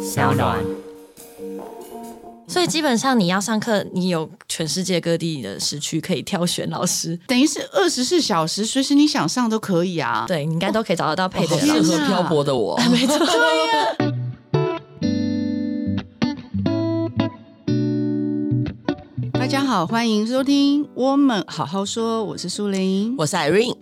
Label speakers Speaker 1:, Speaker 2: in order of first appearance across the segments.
Speaker 1: 小暖。
Speaker 2: 所以基本上你要上课，你有全世界各地的时区可以挑选老师，
Speaker 3: 等于是二十四小时，随时你想上都可以啊。
Speaker 2: 对你应该都可以找得到配对
Speaker 3: 哦
Speaker 2: 的
Speaker 3: 天
Speaker 2: 老
Speaker 3: 哪
Speaker 2: 师。
Speaker 1: 适合漂泊的我，
Speaker 2: 没错，
Speaker 3: 大家好，欢迎收听《我们好好说》，我是苏玲。我
Speaker 1: 我是 Irene，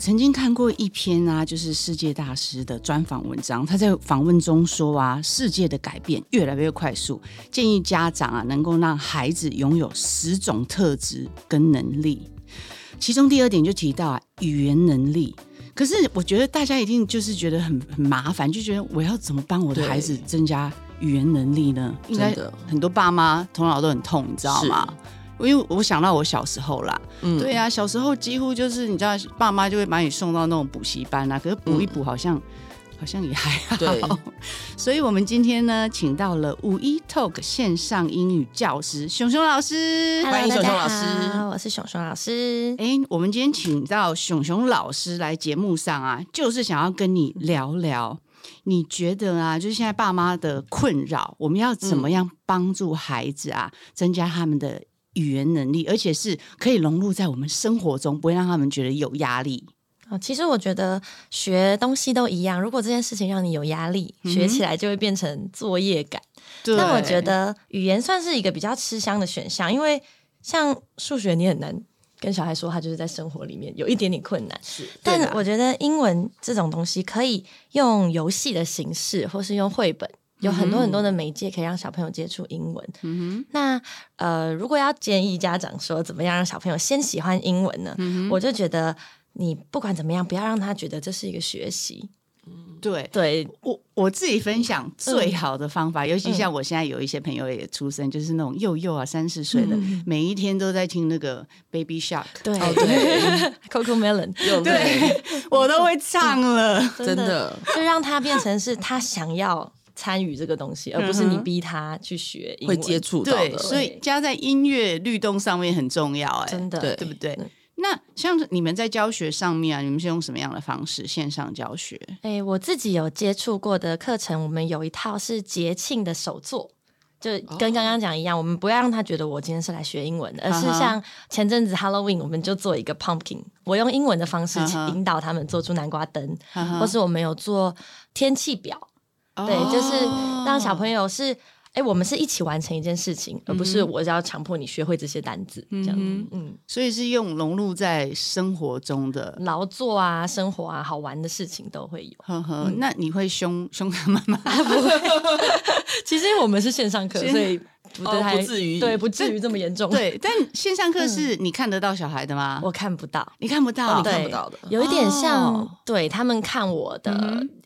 Speaker 3: 曾经看过一篇啊，就是世界大师的专访文章，他在访问中说啊，世界的改变越来越快速，建议家长啊能够让孩子拥有十种特质跟能力。其中第二点就提到啊，语言能力。可是我觉得大家一定就是觉得很很麻烦，就觉得我要怎么帮我的
Speaker 1: 对
Speaker 3: 孩子增加语言能力呢？应该
Speaker 1: 真的
Speaker 3: 很多爸妈头脑都很痛，你知道吗？因为我想到我小时候啦，
Speaker 1: 嗯
Speaker 3: 对呀、小时候几乎就是你知道，爸妈就会把你送到那种补习班啊，可是补一补好像、好像也还好。
Speaker 1: 嗯对，
Speaker 3: 所以我们今天呢，请到了五一 Talk 线上英语教师熊熊老师。
Speaker 1: 欢迎熊熊老师
Speaker 2: Hello，大家好我是熊熊老师。
Speaker 3: 哎，我们今天请到熊熊老师来节目上啊，就是想要跟你聊聊，你觉得啊，就是现在爸妈的困扰，我们要
Speaker 2: 嗯
Speaker 3: 怎么样帮助孩子啊，增加他们的语言能力，而且是可以融入在我们生活中，不会让他们觉得有压力。
Speaker 2: 啊，其实我觉得学东西都一样，如果这件事情让你有压力，
Speaker 3: 嗯
Speaker 2: 学起来就会变成作业感。
Speaker 3: 对
Speaker 2: 但我觉得语言算是一个比较吃香的选项，因为像数学你很难跟小孩说他就是在生活里面有一点点困难，
Speaker 3: 是，对
Speaker 2: 但
Speaker 3: 啦
Speaker 2: 我觉得英文这种东西可以用游戏的形式，或是用绘本。有很多很多的媒介可以让小朋友接触英文。
Speaker 3: 嗯
Speaker 2: 那呃，如果要建议家长说怎么样让小朋友先喜欢英文呢？
Speaker 3: 嗯
Speaker 2: 我就觉得你不管怎么样，不要让他觉得这是一个学习。
Speaker 3: 哼，对。
Speaker 2: 对，
Speaker 3: 我我自己分享
Speaker 2: 嗯
Speaker 3: 最好的方法，尤其像我现在有一些朋友也出生，就是那种幼幼啊三四岁的，每一天都在听那个 Baby Shark，
Speaker 2: 嗯哎对、
Speaker 1: 哦对，
Speaker 2: ，Coco Melon，
Speaker 1: 又累，
Speaker 3: 我都会唱了。
Speaker 1: 真的
Speaker 2: 就让他变成是他想要参与这个东西，而不是你逼他去学英
Speaker 1: 会
Speaker 2: 文。
Speaker 1: 接触到
Speaker 3: 对，
Speaker 1: 的，
Speaker 3: 所以加在音乐律动上面很重要、哎，
Speaker 2: 真的
Speaker 1: 对
Speaker 3: 对不对
Speaker 2: 嗯？
Speaker 3: 那像是你们在教学上面啊，你们是用什么样的方式？线上教学？
Speaker 2: 哎、我自己有接触过的课程，我们有一套是节庆的手作。就跟刚刚讲一样我们不要让他觉得我今天是来学英文的，而是
Speaker 3: 啊哈
Speaker 2: 像前阵子 Halloween，我们就做一个 pumpkin，我用英文的方式
Speaker 3: 啊哈
Speaker 2: 引导他们做出南瓜灯
Speaker 3: 啊哈
Speaker 2: 或是我们有做天气表，对，就是
Speaker 3: 哦
Speaker 2: 让小朋友是，哎、我们是一起完成一件事情，而不是我要强迫你学会这些单字，这样，
Speaker 3: 嗯
Speaker 2: 嗯，
Speaker 3: 所以是用融入在生活中的。
Speaker 2: 劳作啊、生活啊、好玩的事情都会有。
Speaker 3: 呵呵，那你会凶凶他们吗？
Speaker 2: 其实因为我们是线上课，
Speaker 3: 先
Speaker 2: 所以不
Speaker 1: 哦
Speaker 2: 太
Speaker 1: 不至于
Speaker 2: 对，不至于这么严重。，
Speaker 3: 对，但线上课是你看得到小孩的吗？
Speaker 2: 嗯我看不到，
Speaker 3: 你看不到，
Speaker 1: 你看不
Speaker 2: 对
Speaker 1: 到的
Speaker 2: 有一点像、
Speaker 3: 哦
Speaker 2: 对他们看我的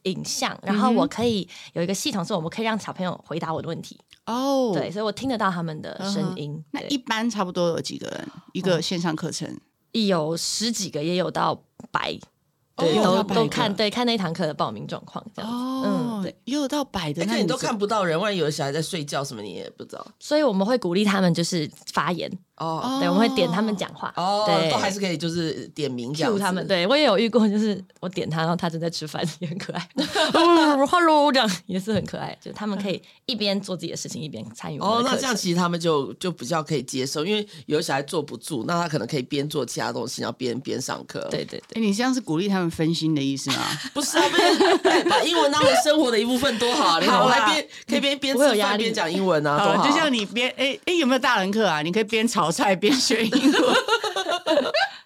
Speaker 2: 影像，然后
Speaker 3: 嗯哼
Speaker 2: 我可以有一个系统，是我们可以让小朋友回答我的问题。
Speaker 3: 哦。
Speaker 2: 对，，所以我听得到他们的声音。
Speaker 3: 那
Speaker 2: 对嗯
Speaker 3: 一般差不多有几个人一个线上课程？
Speaker 2: 有十几个，也有到百。
Speaker 1: 哦
Speaker 2: 对，
Speaker 3: 有
Speaker 2: 都
Speaker 3: 到百
Speaker 2: 都
Speaker 3: 个
Speaker 2: 看，对，看那一堂课的报名状况这样子。嗯，对，，
Speaker 3: 哦也有到百的，
Speaker 1: 而
Speaker 3: 那
Speaker 1: 且你都
Speaker 3: 怎
Speaker 1: 看不到人，万一有的小孩在睡觉什么，你也不知道
Speaker 2: 所以我们会鼓励他们就是发言，
Speaker 1: 哦
Speaker 2: 对，我们会点他们讲话，
Speaker 1: 哦，
Speaker 2: 对，
Speaker 1: 都还是可以就是点名这样
Speaker 2: Q
Speaker 1: 子
Speaker 2: 他们，对我也有遇过，就是我点他，然后他正在吃饭，也很可 爱，hello 这样也是很可爱。就他们可以一边做自己的事情，一边参与我
Speaker 1: 哦，
Speaker 2: 们的
Speaker 1: 那
Speaker 2: 课
Speaker 1: 这样
Speaker 2: 程。
Speaker 1: 其实他们就就比较可以接受，因为有的小孩坐不住，那他可能可以边做其他东西，然后边边上课。
Speaker 2: 对对对，
Speaker 3: 哎，你这样是鼓励他们分心的意思吗？
Speaker 1: 不是啊，不是把英文当成生活的一部分多好啊！你看，
Speaker 3: 好
Speaker 1: 我
Speaker 3: 啦
Speaker 1: 还边可以边边
Speaker 2: 不会有
Speaker 1: 吃
Speaker 2: 压
Speaker 1: 饭
Speaker 2: 力
Speaker 1: 边讲英文啊，
Speaker 3: 好
Speaker 1: 多好。
Speaker 3: 了，就像你边哎哎，有没有大人课啊？你可以边炒菜边学 英文。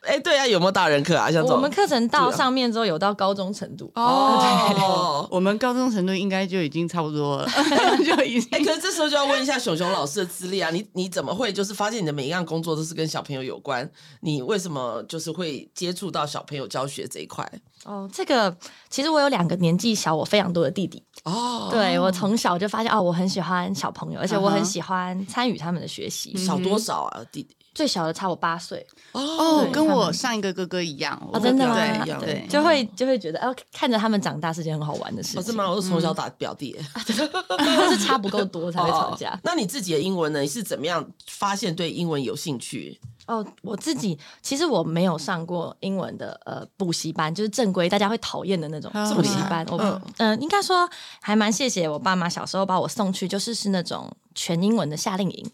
Speaker 1: 哎，对啊，有没有大人课啊？像这
Speaker 2: 我
Speaker 1: 种
Speaker 2: 们课程到
Speaker 1: 是啊
Speaker 2: 上面之后有到高中程度，
Speaker 1: 哦。
Speaker 3: 我们高中程度应该就已经差不多了， 就已
Speaker 1: 哎、
Speaker 3: 经
Speaker 1: 可是这时候就要问一下熊熊老师的资历啊，你你怎么会就是发现你的每一样工作都是跟小朋友有关？你为什么就是会接触到小朋友教学这一块？
Speaker 2: 哦，这个其实我有两个年纪小我非常多的弟弟，
Speaker 1: 哦，嗯
Speaker 2: 对我从小就发现哦，我很喜欢小朋友，而且我
Speaker 3: 啊
Speaker 2: 很
Speaker 3: 哈
Speaker 2: 喜欢参与他们的学习。
Speaker 1: 少多少啊，弟弟？
Speaker 2: 最小的差我八岁，
Speaker 1: 哦
Speaker 3: 哦
Speaker 2: 对，
Speaker 3: 跟我上一个哥哥一样，我
Speaker 2: 哦，真的
Speaker 1: 表弟
Speaker 2: 吗
Speaker 1: 一样？
Speaker 3: 对
Speaker 2: 就会就会觉得，哦，看着他们长大是件很好玩的事
Speaker 1: 哦，是
Speaker 2: 情，
Speaker 1: 吗？我是
Speaker 3: 嗯
Speaker 1: 从小打表弟、
Speaker 2: 但是差不够多才会吵
Speaker 1: 哦
Speaker 2: 架。
Speaker 1: 那你自己的英文呢？你是怎么样发现对英文有兴趣？
Speaker 2: 哦，我自己其实我没有上过英文的呃补习班，就是正规大家会讨厌的那种
Speaker 1: 这么
Speaker 2: 补
Speaker 1: 厉
Speaker 2: 习
Speaker 1: 害
Speaker 2: 班。我
Speaker 1: 嗯
Speaker 2: 嗯、呃应该说还蛮谢谢我爸妈小时候把我送去，就是是那种全英文的夏令营，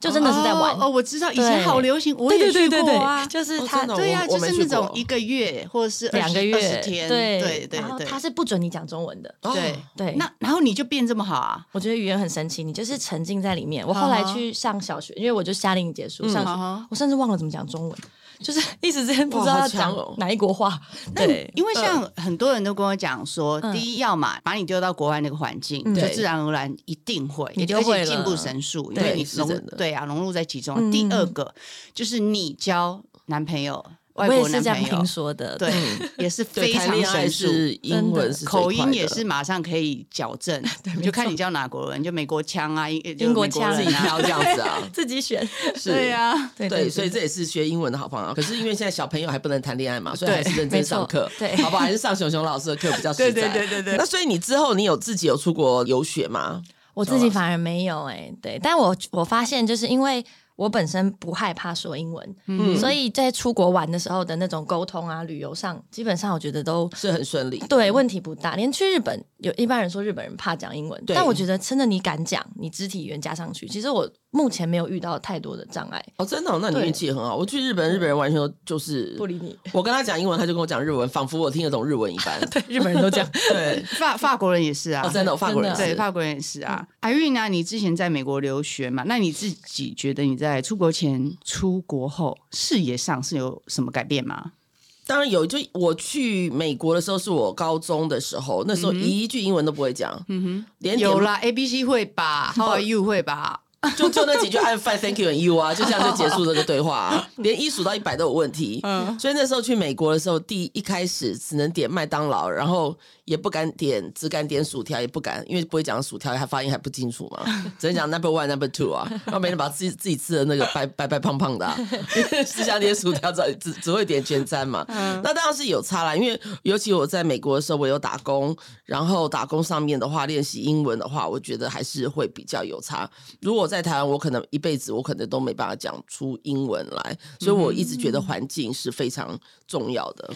Speaker 2: 就真的是在玩。
Speaker 3: 哦，哦我知道以前
Speaker 2: 对
Speaker 3: 好流行，我也去过啊。
Speaker 2: 就是
Speaker 1: 哦
Speaker 2: 他、
Speaker 1: 真的哦
Speaker 3: 对呀、
Speaker 1: 我
Speaker 3: 就
Speaker 1: 我没
Speaker 3: 是
Speaker 1: 去
Speaker 3: 那种
Speaker 1: 过
Speaker 3: 一个月或者是
Speaker 2: 两个
Speaker 3: 二
Speaker 2: 月
Speaker 3: 十天，
Speaker 2: 对
Speaker 3: 对对
Speaker 2: 然后
Speaker 3: 对，
Speaker 2: 他是不准你讲中文的。
Speaker 1: 哦
Speaker 3: 对
Speaker 2: 对，
Speaker 3: 那然后你就变这么好啊？
Speaker 2: 我觉得语言很神奇，你就是沉浸在里面。我后来
Speaker 3: 啊哈
Speaker 2: 去上小学，因为我就夏令营结束
Speaker 1: 嗯
Speaker 2: 上
Speaker 3: 啊
Speaker 2: 学
Speaker 3: 哈，
Speaker 2: 我甚至忘了怎么讲中文，就是 一时之间不
Speaker 1: 哇
Speaker 2: 知道
Speaker 1: 好
Speaker 2: 要
Speaker 1: 强
Speaker 2: 讲
Speaker 1: 哦
Speaker 2: 哪一国话。对，
Speaker 3: 因为像很多人都跟我讲说，第一，要嘛把你丢到国外那个环境，
Speaker 2: 嗯
Speaker 3: 就
Speaker 1: 对
Speaker 3: 自然而然一定会，
Speaker 2: 你就
Speaker 3: 而
Speaker 2: 会
Speaker 3: 且
Speaker 2: 了
Speaker 3: 进步神速，因
Speaker 1: 对
Speaker 3: 为你
Speaker 1: 是
Speaker 3: 融
Speaker 1: 真的
Speaker 3: 对啊融入在其中。
Speaker 2: 嗯
Speaker 3: 第二个就是你交男朋友，外
Speaker 2: 我也
Speaker 3: 国
Speaker 2: 是
Speaker 3: 男
Speaker 2: 这样
Speaker 3: 朋
Speaker 2: 听
Speaker 3: 友，
Speaker 2: 说的。
Speaker 3: 对，也是
Speaker 1: 对
Speaker 3: 非
Speaker 1: 谈
Speaker 3: 常
Speaker 1: 恋爱
Speaker 3: 神速。
Speaker 1: 是英文是最
Speaker 3: 口
Speaker 1: 快
Speaker 3: 音
Speaker 1: 的
Speaker 3: 也是马上可以矫正，就看你叫哪国人，就美国腔啊，英
Speaker 2: 英国腔，
Speaker 1: 自己挑这样子啊
Speaker 2: 自己选。
Speaker 1: 是
Speaker 3: 对。啊，
Speaker 2: 对
Speaker 1: 对，所以这也是学英文的好方法。可是因为现在小朋友还不能谈恋爱嘛，所以还
Speaker 3: 对
Speaker 1: 是认真上课，
Speaker 2: 没错对
Speaker 1: 好不好？还是上熊熊老师的课比较实在。
Speaker 3: 对对对对对
Speaker 1: 那所以你之后你有自己有出国游学吗？
Speaker 2: 我自己反而没有哎、对，但我我发现就是因为我本身不害怕说英文，
Speaker 1: 嗯
Speaker 2: 所以在出国玩的时候的那种沟通啊、旅游上，基本上我觉得都
Speaker 1: 是很顺利。
Speaker 3: 嗯
Speaker 2: 对问题不大。连去日本，有一般人说日本人怕讲英文，
Speaker 1: 对
Speaker 2: 但我觉得真的你敢讲，你肢体语言加上去，其实我目前没有遇到太多的障碍，
Speaker 1: 哦，真的哦、那你
Speaker 2: 对
Speaker 1: 运气也很好。我去日本，日本人完全都就是
Speaker 2: 不理你。
Speaker 1: 我跟他讲英文，他就跟我讲日文，仿佛我听得懂日文一般。
Speaker 2: 对，日本人都这样。
Speaker 1: 对，
Speaker 3: 法法国人也是啊，
Speaker 1: 哦，真的哦，法国人
Speaker 2: 真的
Speaker 3: 对，
Speaker 1: 是
Speaker 3: 法国人也是啊。艾韵啊，你之前在美国留学嘛？那你自己觉得你在出国前、出国后视野上是有什么改变吗？
Speaker 1: 当然有，就我去美国的时候，是我高中的时候，那时候
Speaker 2: 嗯
Speaker 1: 一句英文都不会讲，嗯哼，连点
Speaker 3: 有哦啦，A B C 会吧，How are you 会吧？
Speaker 1: 就就那几句 I'm fine, thank you and you 啊，就这样就结束这个对话、啊，连一数到一百都有问题。
Speaker 3: 嗯
Speaker 1: 所以那时候去美国的时候，第一开始只能点麦当劳，然后也不敢点，只敢点薯条，也不敢，因为不会讲薯条，还发音还不清楚嘛，只能讲 number one, number two 啊，然后没人把自己自己吃的那个白白白胖胖的、啊，只想点薯条，只只只会点全餐嘛。那当然是有差啦，因为尤其我在美国的时候，我有打工，然后打工上面的话，练习英文的话，我觉得还是会比较有差。如果在台湾，我可能一辈子我可能都没办法讲出英文来，所以我一直觉得环境是非常重要的。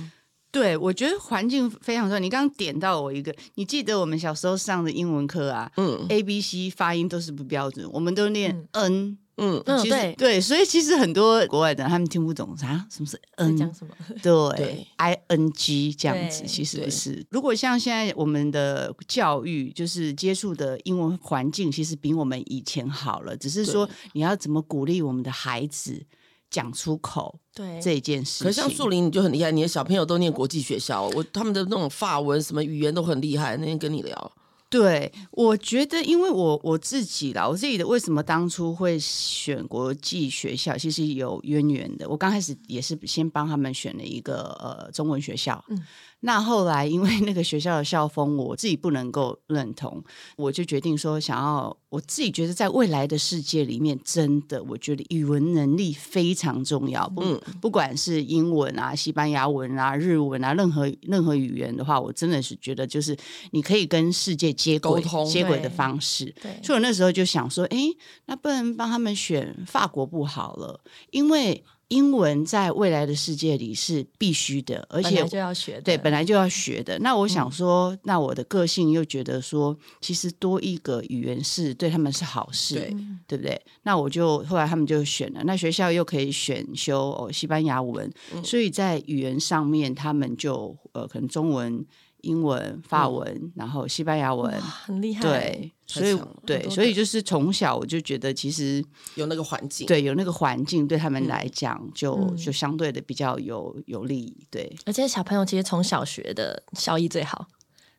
Speaker 3: 对，我觉得环境非常重要。你刚刚点到我一个，你记得我们小时候上的英文课啊
Speaker 1: 嗯
Speaker 3: ，A B C 发音都是不标准，我们都念 N。
Speaker 1: 嗯，
Speaker 2: 嗯，
Speaker 3: 其实
Speaker 2: 对，
Speaker 3: 对，所以其实很多国外的人他们听不懂啥什么是
Speaker 2: 在
Speaker 3: N，
Speaker 2: 讲什么？
Speaker 3: 对
Speaker 1: 对
Speaker 3: ，I N G 这样子，
Speaker 2: 对
Speaker 3: 其实
Speaker 1: 对
Speaker 3: 不是。如果像现在我们的教育，就是接触的英文环境，其实比我们以前好了。只是说你要怎么鼓励我们的孩子讲出口
Speaker 2: 对，
Speaker 3: 这件事情。
Speaker 1: 可是像树林你就很厉害，你的小朋友都念国际学校，我他们的那种法文什么语言都很厉害。那天跟你聊，
Speaker 3: 对，我觉得，因为我我自己啦，我自己的为什么当初会选国际学校，其实有渊源的。我刚开始也是先帮他们选了一个呃中文学校，
Speaker 2: 嗯
Speaker 3: 那后来因为那个学校的校风我自己不能够认同，我就决定说想要我自己觉得在未来的世界里面，真的我觉得语文能力非常重要，不、
Speaker 1: 嗯
Speaker 3: 不管是英文啊、西班牙文啊、日文啊，任何任何语言的话，我真的是觉得就是你可以跟世界接
Speaker 1: 沟
Speaker 3: 轨
Speaker 1: 通
Speaker 3: 接轨
Speaker 2: 对
Speaker 3: 的方式。
Speaker 2: 对，
Speaker 3: 所以我那时候就想说，诶，那不能帮他们选法国不好了，因为英文在未来的世界里是必须的，而
Speaker 2: 本
Speaker 3: 且
Speaker 2: 来就要学的，
Speaker 3: 对，本来就要学的。那我想说，那我的个性又觉得说，其实多一个语言是对他们是好事，
Speaker 1: 对
Speaker 3: 对不对？那我就后来他们就选了，那学校又可以选修哦西班牙文，所以在语言上面他们就呃可能中文、英文、法文，然后西班牙文
Speaker 2: 哇，，很厉害。
Speaker 3: 对，
Speaker 1: 太
Speaker 3: 所以
Speaker 1: 强了
Speaker 2: 很
Speaker 3: 对，
Speaker 2: 多
Speaker 3: 所以
Speaker 2: 个
Speaker 3: 就是从小我就觉得其实。
Speaker 1: 有那个环境，
Speaker 3: 对，有那个环境对他们来讲就，就、
Speaker 2: 嗯
Speaker 3: 相对的比较有有利。对，
Speaker 2: 而且小朋友其实从小学的效益最好，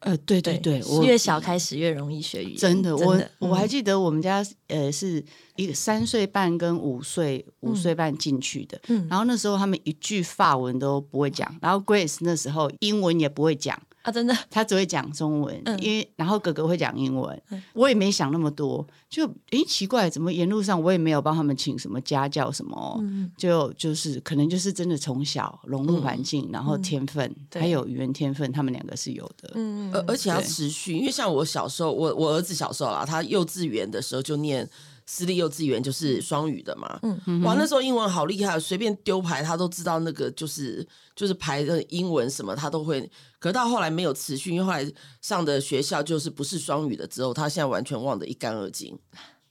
Speaker 3: 呃，对对对，我
Speaker 2: 越小开始越容易学语言。
Speaker 3: 真的，我我还
Speaker 2: 嗯
Speaker 3: 记得我们家呃是一个三岁半跟五岁五岁半进去的，
Speaker 2: 嗯
Speaker 3: 然后那时候他们一句法文都不会讲，然后 Grace 那时候英文也不会讲，
Speaker 2: 啊，真的
Speaker 3: 他只会讲中文，
Speaker 2: 嗯
Speaker 3: 因为然后哥哥会讲英文，我也没想那么多，就诶奇怪，怎么沿路上我也没有帮他们请什么家教什么哦、
Speaker 2: 嗯
Speaker 3: 就就是可能就是真的从小融入环境，然后天分、
Speaker 2: 嗯对
Speaker 3: 还有语言天分，他们两个是有的，
Speaker 2: 嗯
Speaker 1: 而而且要
Speaker 3: 对
Speaker 1: 持续，因为像我小时候，我我儿子小时候啦，他幼稚园的时候就念私立幼稚园就是双语的嘛，嗯，哇，那时候英文好厉害，随便丢牌他都知道那个就是就是牌的英文什么他都会。可是到后来没有持续，因为后来上的学校就是不是双语的，之后他现在完全忘得一干二净。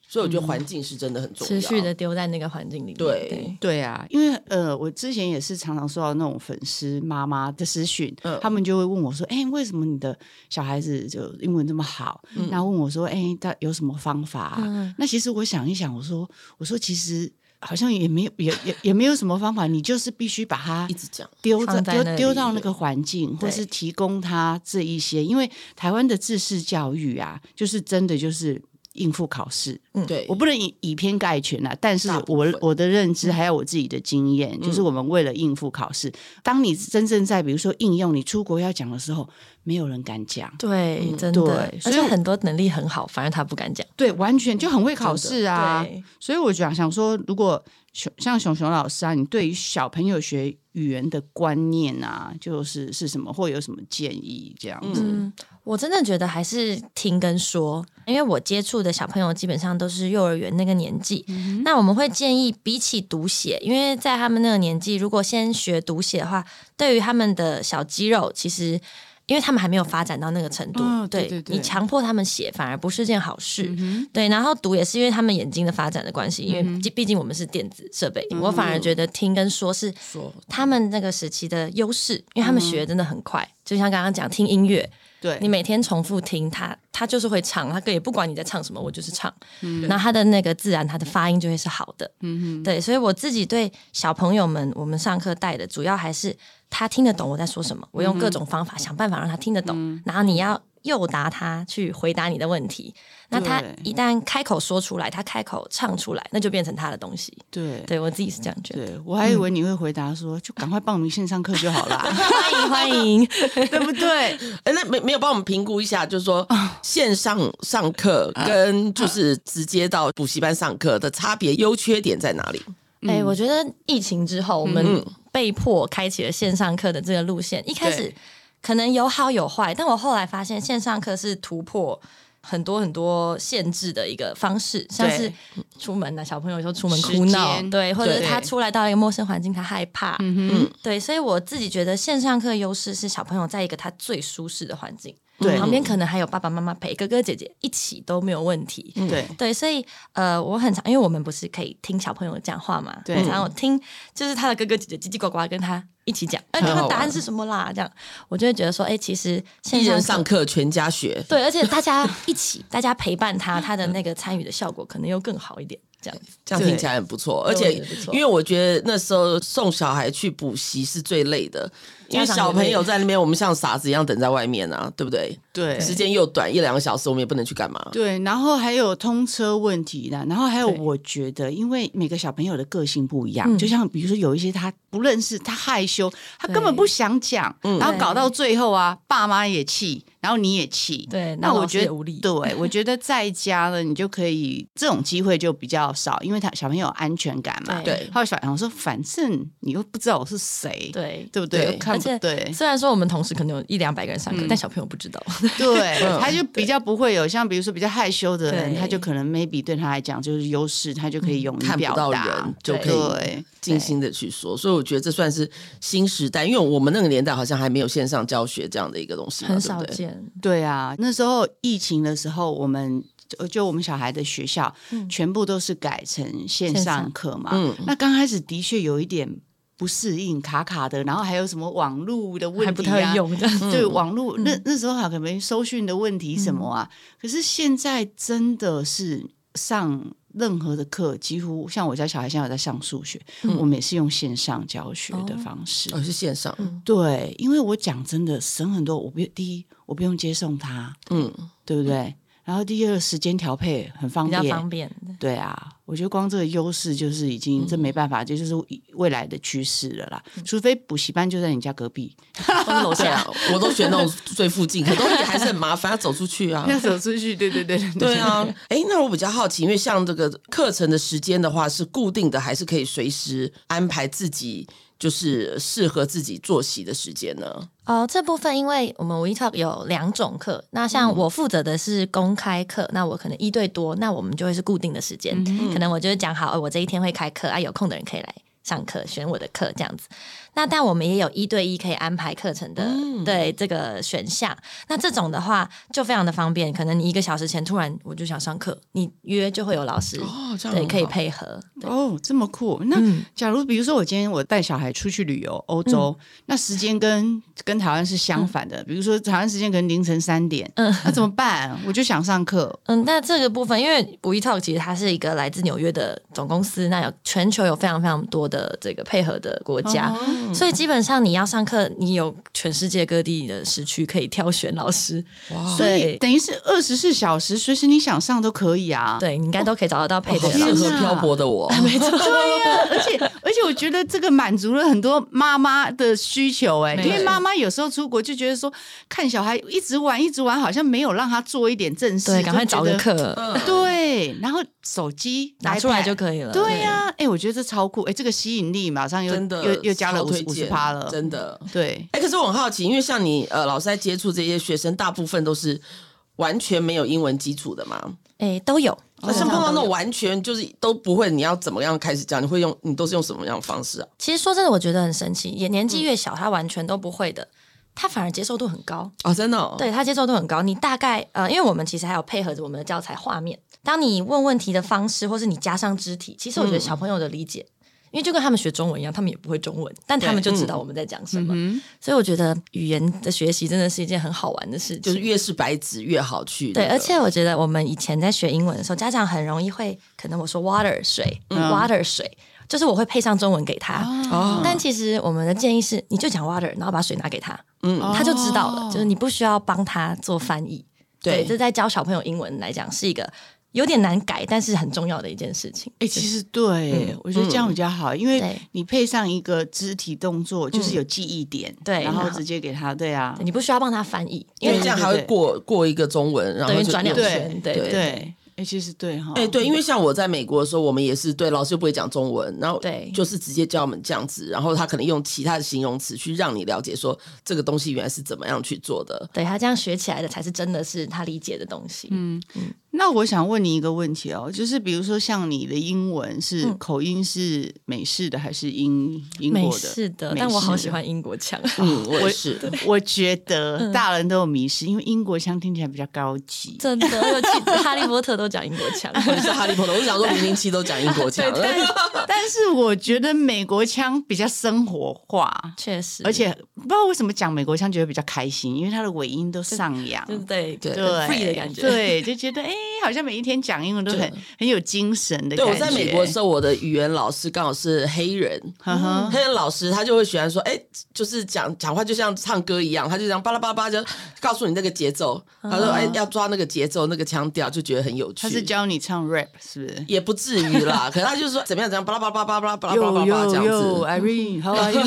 Speaker 1: 所以我觉得环境是真的很重要，
Speaker 2: 持续的丢在那个环境里面。
Speaker 1: 对
Speaker 2: 对，
Speaker 3: 对啊，因为呃，我之前也是常常收到那种粉丝妈妈的私讯，
Speaker 1: 嗯
Speaker 3: 他们就会问我说：“哎、为什么你的小孩子就英文这么好？”然后问我说：“哎、他有什么方法、啊？”
Speaker 2: 嗯
Speaker 3: 那其实我想一想，我说：“我说其实好像也没有，也也也没有什么方法，你就是必须把它
Speaker 1: 一直讲。
Speaker 3: 丢到
Speaker 2: 放在
Speaker 3: 丢
Speaker 2: 那里
Speaker 3: 丢到那个环境，或
Speaker 2: 对
Speaker 3: 是提供他这一些，因为台湾的自式教育啊，就是真的就是应付考试，
Speaker 2: 嗯
Speaker 1: 对，
Speaker 3: 我不能以以偏概全啦，但是
Speaker 1: 大部
Speaker 3: 我
Speaker 1: 分
Speaker 3: 我的认知还有我自己的经验，就是我们为了应付考试，当你真正在比如说应用你出国要讲的时候，没有人敢讲，
Speaker 2: 对，真的，
Speaker 3: 嗯对
Speaker 2: 而
Speaker 3: 所以
Speaker 2: 且很多能力很好，反而他不敢讲。
Speaker 3: 对，完全就很会考试啊。
Speaker 2: 对，
Speaker 3: 所以我就想说，如果熊像熊熊老师啊，你对于小朋友学语言的观念啊，就是是什么，或有什么建议这样子？
Speaker 2: 嗯，我真的觉得还是听跟说，因为我接触的小朋友基本上都是幼儿园那个年纪。
Speaker 3: 嗯
Speaker 2: 那我们会建议，比起读写，因为在他们那个年纪，如果先学读写的话，对于他们的小肌肉，其实因为他们还没有发展到那个程度，
Speaker 3: 嗯对对对嗯
Speaker 2: 你强迫他们写，反而不是件好事。对，然后读也是因为他们眼睛的发展的关系，因为毕竟我们是电子设备，
Speaker 3: 嗯
Speaker 2: 我反而觉得听跟说是
Speaker 1: 说
Speaker 2: 他们那个时期的优势，因为他们
Speaker 3: 嗯
Speaker 2: 学得真的很快，就像刚刚讲听音乐，
Speaker 3: 对
Speaker 2: 你每天重复听他，他就是会唱，他歌也不管你在唱什么，我就是唱。
Speaker 3: 嗯
Speaker 2: 然后他的那个自然，他的发音就会是好的。嗯对，所以我自己对小朋友们，我们上课带的主要还是他听得懂我在说什么，我用各种方法、想办法让他听得懂，
Speaker 3: 嗯
Speaker 2: 然后你要。诱导他去回答你的问题，那他
Speaker 3: 对
Speaker 2: 一旦开口说出来，他开口唱出来，那就变成他的东西。
Speaker 3: 对
Speaker 2: 对我自己是这样觉得。
Speaker 3: 对，我还以为你会回答说，就赶快报名线上课就好啦，
Speaker 2: 欢迎欢迎，
Speaker 3: 对不对？
Speaker 1: 哎，那没没有帮我们评估一下，就是说
Speaker 2: 哦
Speaker 1: 线上上课
Speaker 2: 啊
Speaker 1: 跟就是直接到补习班上课的差别、优缺点在哪里？
Speaker 2: 哎、
Speaker 3: 嗯
Speaker 2: 我觉得疫情之后，我们被迫开启了线上课的这个路线。一开始
Speaker 3: 对
Speaker 2: 可能有好有坏，但我后来发现线上课是突破。很多很多限制的一个方式，像是出门啊，小朋友有时候出门哭
Speaker 3: 时
Speaker 2: 闹，
Speaker 3: 间
Speaker 2: 对，或者是
Speaker 3: 对
Speaker 2: 他出来到一个陌生环境，他害怕，嗯对，所以我自己觉得线上课优势是小朋友在一个他最舒适的环境，
Speaker 3: 对
Speaker 2: 旁边可能还有爸爸妈妈陪，哥哥姐姐一起都没有问题，
Speaker 3: 对
Speaker 2: 对，所以呃，我很常，因为我们不是可以听小朋友讲话嘛，
Speaker 3: 对
Speaker 2: 然后听就是他的哥哥姐姐叽叽呱呱跟他一起讲，哎、
Speaker 1: 很
Speaker 2: 那
Speaker 1: 好
Speaker 2: 个
Speaker 1: 玩
Speaker 2: 答案是什么啦？这样，我就会觉得说，哎、其实线
Speaker 1: 一人
Speaker 2: 上
Speaker 1: 上
Speaker 2: 课。
Speaker 1: 课，全家学。
Speaker 2: 对，而且大家一起，大家陪伴他，他的那个参与的效果可能又更好一点。这样子，
Speaker 1: 这样听起来很不错，而且
Speaker 2: 对我觉得不错
Speaker 1: 因为我觉得那时候送小孩去补习是最累的，因为
Speaker 2: 家长
Speaker 1: 小
Speaker 2: 也
Speaker 1: 朋友
Speaker 2: 累
Speaker 1: 在那边，我们像傻子一样等在外面啊，对不对？
Speaker 3: 对
Speaker 1: 时间又短，一两个小时，我们也不能去干嘛。
Speaker 3: 对，然后还有通车问题啦，然后还有
Speaker 2: 对
Speaker 3: 我觉得，因为每个小朋友的个性不一样，
Speaker 2: 嗯
Speaker 3: 就像比如说有一些他不认识，他害羞，他根本
Speaker 2: 对嗯
Speaker 3: 不想讲，然后搞到最后啊，爸妈也气，然后你也气，
Speaker 2: 对
Speaker 3: 那
Speaker 2: 然后
Speaker 3: 我
Speaker 2: 老师
Speaker 3: 觉
Speaker 2: 也
Speaker 3: 得
Speaker 2: 无力
Speaker 3: 对，我觉得在家呢，你就可以这种机会就比较少，因为他小朋友有安全感嘛，
Speaker 2: 对
Speaker 3: 还有小朋友说，反正你又不知道我是谁，
Speaker 2: 对，
Speaker 3: 对不对？
Speaker 1: 对
Speaker 3: 又看
Speaker 2: 而且
Speaker 3: 不对，嗯
Speaker 2: 虽然说我们同时可能有一两百个人上课，但小朋友不知道。
Speaker 3: 对，他
Speaker 1: 嗯
Speaker 3: 就比较不会有像比如说比较害羞的人，
Speaker 2: 对
Speaker 3: 他就可能 maybe 对他来讲就是优势，他就可以勇于
Speaker 1: 看不
Speaker 3: 表
Speaker 1: 到
Speaker 3: 达
Speaker 1: 人，就
Speaker 2: 对
Speaker 1: 可以
Speaker 3: 对
Speaker 1: 精心的去说，所以我觉得这算是新时代，因为我们那个年代好像还没有线上教学这样的一个东西嘛，
Speaker 2: 很
Speaker 1: 对
Speaker 2: 少
Speaker 1: 不对？
Speaker 2: 见，
Speaker 3: 对啊。那时候疫情的时候，我们就就我们小孩的学校、全部都是改成线
Speaker 2: 线
Speaker 3: 上
Speaker 2: 上
Speaker 3: 课嘛。
Speaker 1: 嗯
Speaker 3: 那刚开始的确有一点不适应，卡卡的，然后还有什么网络的问题、啊，
Speaker 2: 还不太会用 这样子。
Speaker 3: 对网络那那时候还可能搜讯的问题什么啊，可是现在真的是上任何的课，几乎像我家小孩现在有在上数学，我们也是用线上教学的方式。
Speaker 1: 哦，是线上，
Speaker 3: 对，因为我讲真的省很多，我不第一我不用接送他，
Speaker 1: 嗯，
Speaker 3: 对不对？然后第二时间调配很方嗯
Speaker 2: 比较
Speaker 3: 便，
Speaker 2: 方便，
Speaker 3: 对啊，我觉得光这个优势就是已经、这没办法，这就是未来的趋势了啦。除非补习班就在你家隔 壁，
Speaker 2: 或者楼
Speaker 1: 对
Speaker 2: 下
Speaker 1: 啊，我都选那种最附近，可东西还是很麻烦，要走出去啊。
Speaker 3: 要走出去，对对对 对
Speaker 1: 对啊，哎，那我比较好奇，因为像这个课程的时间的话，是固定的，还是可以随时安排自己就是适合自己作息的时间呢？
Speaker 2: 哦，这部分因为我们 We Talk 有两种课，那
Speaker 1: 嗯
Speaker 2: 像我负责的是公开课，那我可能一对多，那我们就会是固定的时间，
Speaker 1: 嗯
Speaker 2: 可能我就是讲好、哦，我这一天会开课啊，有空的人可以来上课，选我的课这样子。那但我们也有一对一可以安排课程的，
Speaker 1: 嗯
Speaker 2: 对这个选项。那这种的话就非常的方便，可能你一个小时前突然我就想上课，你约就会有老师，
Speaker 1: 哦，这
Speaker 2: 对，
Speaker 1: 很
Speaker 2: 可以
Speaker 1: 好
Speaker 2: 配合。对
Speaker 3: 哦，这么酷！那
Speaker 2: 嗯
Speaker 3: 假如比如说我今天我带小孩出去旅游欧洲，那时间跟跟台湾是相反
Speaker 2: 嗯
Speaker 3: 的，比如说台湾时间可能凌晨三点，那怎么办？我就想上课，
Speaker 2: 嗯，那这个部分，因为 We Talk 其实它是一个来自纽约的总公司，那有全球有非常非常多的这个配合的国家，
Speaker 1: 哦
Speaker 2: 所以基本上你要上课，你有全世界各地的时区可以挑选老师，
Speaker 1: 哇
Speaker 3: 所以
Speaker 2: 对
Speaker 3: 等于是二十四小时，随时你想上都可以啊。
Speaker 2: 对你应该都可以找得到配
Speaker 1: 好
Speaker 2: 对的
Speaker 1: 适
Speaker 2: 老师。
Speaker 1: 合漂泊的我，没错，
Speaker 3: 而且而且我觉得这个满足了很多妈妈的需求哎、
Speaker 4: 没
Speaker 3: 因为
Speaker 4: 错
Speaker 3: 妈妈有时候出国就觉得说看小孩一直玩一直玩，好像没有让他做一点正事，
Speaker 2: 对，赶快
Speaker 3: 就
Speaker 2: 找
Speaker 3: 觉
Speaker 2: 个
Speaker 3: 得。
Speaker 2: 课
Speaker 3: 对，然后手机
Speaker 2: 拿出来就
Speaker 3: 以。
Speaker 2: 可以了。
Speaker 3: 对呀、哎、我觉得这超酷，哎、这个吸引力马上又
Speaker 1: 真的
Speaker 3: 又又加了
Speaker 1: 超
Speaker 3: 五
Speaker 1: 推
Speaker 3: 十五十
Speaker 1: 荐
Speaker 3: 趴了，
Speaker 1: 真的。
Speaker 3: 对，
Speaker 1: 哎、可是我很好奇，因为像你呃，老师在接触这些学生，大部分都是完全没有英文基础的嘛？
Speaker 2: 哎，都有。
Speaker 1: 那像碰到那种完全就是都不会，你要怎么样开始教？你会用你都是用什么样的方式啊？
Speaker 2: 其实说真的，我觉得很神奇，也年纪越小，他完全都不会的，他反而接受度很高。
Speaker 1: 啊、真的、哦，
Speaker 2: 对它接受度很高。你大概呃，因为我们其实还有配合着我们的教材画面，当你问问题的方式，或是你加上肢体，其实我觉得小朋友的理解。因为就跟他们学中文一样，他们也不会中文，但他们就知道我们在讲什么。所以我觉得语言的学习真的是一件很好玩的事情。
Speaker 1: 就是越是白纸越好去、
Speaker 2: 对，
Speaker 1: 那个
Speaker 2: 而且我觉得我们以前在学英文的时候，家长很容易会，可能我说 water 水、w a t e r 水，就是我会配上中文给他。
Speaker 1: 哦，
Speaker 2: 但其实我们的建议是，你就讲 water，然后把水拿给他，
Speaker 1: 嗯
Speaker 2: 他就知道了，
Speaker 3: 哦
Speaker 2: 就是你不需要帮他做翻译。
Speaker 1: 对
Speaker 2: 这在教小朋友英文来讲是一个有点难改，但是很重要的一件事情。
Speaker 3: 哎、其实对、
Speaker 1: 嗯
Speaker 3: 我觉得这样比较好，因为
Speaker 2: 对
Speaker 3: 你配上一个肢体动作，
Speaker 1: 嗯
Speaker 3: 就是有记忆点，
Speaker 2: 对
Speaker 3: 然后
Speaker 2: 然后
Speaker 3: 直接给他，对啊，
Speaker 2: 你不需要帮他翻译，因
Speaker 1: 因为
Speaker 2: 为
Speaker 1: 这样还会过过一个中文，然后
Speaker 2: 等于
Speaker 1: 就
Speaker 2: 转两
Speaker 1: 对
Speaker 2: 圈。对对
Speaker 3: 对，哎、其实对哈，
Speaker 1: 哎、对，因为像我在美国的时候，我们也是对老师又不会讲中文，然后
Speaker 2: 对
Speaker 1: 就是直接教我们这样子，然后他可能用其他的形容词去让你了解说这个东西原来是怎么样去做的。
Speaker 2: 对他这样学起来的才是真的是他理解的东西。
Speaker 3: 嗯那我想问你一个问题哦，就是比如说像你的英文是、
Speaker 2: 嗯
Speaker 3: 口音是美式的还是英英
Speaker 2: 美
Speaker 3: 国的？
Speaker 2: 式的，
Speaker 3: 美
Speaker 2: 但我好喜
Speaker 3: 式的
Speaker 2: 欢英国腔。
Speaker 1: 嗯，我
Speaker 3: 我
Speaker 1: 也是。嗯
Speaker 3: 我觉得大人都有迷失，因为英国腔听起来比较高级。
Speaker 2: 真的，我去哈利波特都讲英国 腔。
Speaker 1: 我 是哈利波特，我是想说零零七都讲英国腔，
Speaker 3: 但是我觉得美国腔比较生活化，
Speaker 2: 确实，
Speaker 3: 而且不知道为什么讲美国腔觉得比较开心，因为它的尾音都上扬，
Speaker 2: 就是对
Speaker 1: 对
Speaker 3: 对
Speaker 2: 很 free 的感觉。
Speaker 3: 对，就觉得哎、好像每一天讲英文都很很有精神的
Speaker 1: 对，
Speaker 3: 感觉。
Speaker 1: 我在美国的时候，我的语言老师刚好是黑人，
Speaker 3: 呵呵，
Speaker 1: 黑人老师他就会喜欢说，哎、就是讲讲话就像唱歌一样，他就这样巴拉巴拉巴拉就告诉你那个节奏，他说，哎、要抓那个节奏，那个腔调，就觉得很有趣。
Speaker 3: 他是教你唱 rap 是不是？
Speaker 1: 也不至于啦，可能他就说怎么样怎么样，巴拉巴拉巴拉巴拉巴拉巴
Speaker 3: 有
Speaker 1: 拉巴拉这样
Speaker 3: 有有
Speaker 1: 子。
Speaker 3: ，Irene，How are you？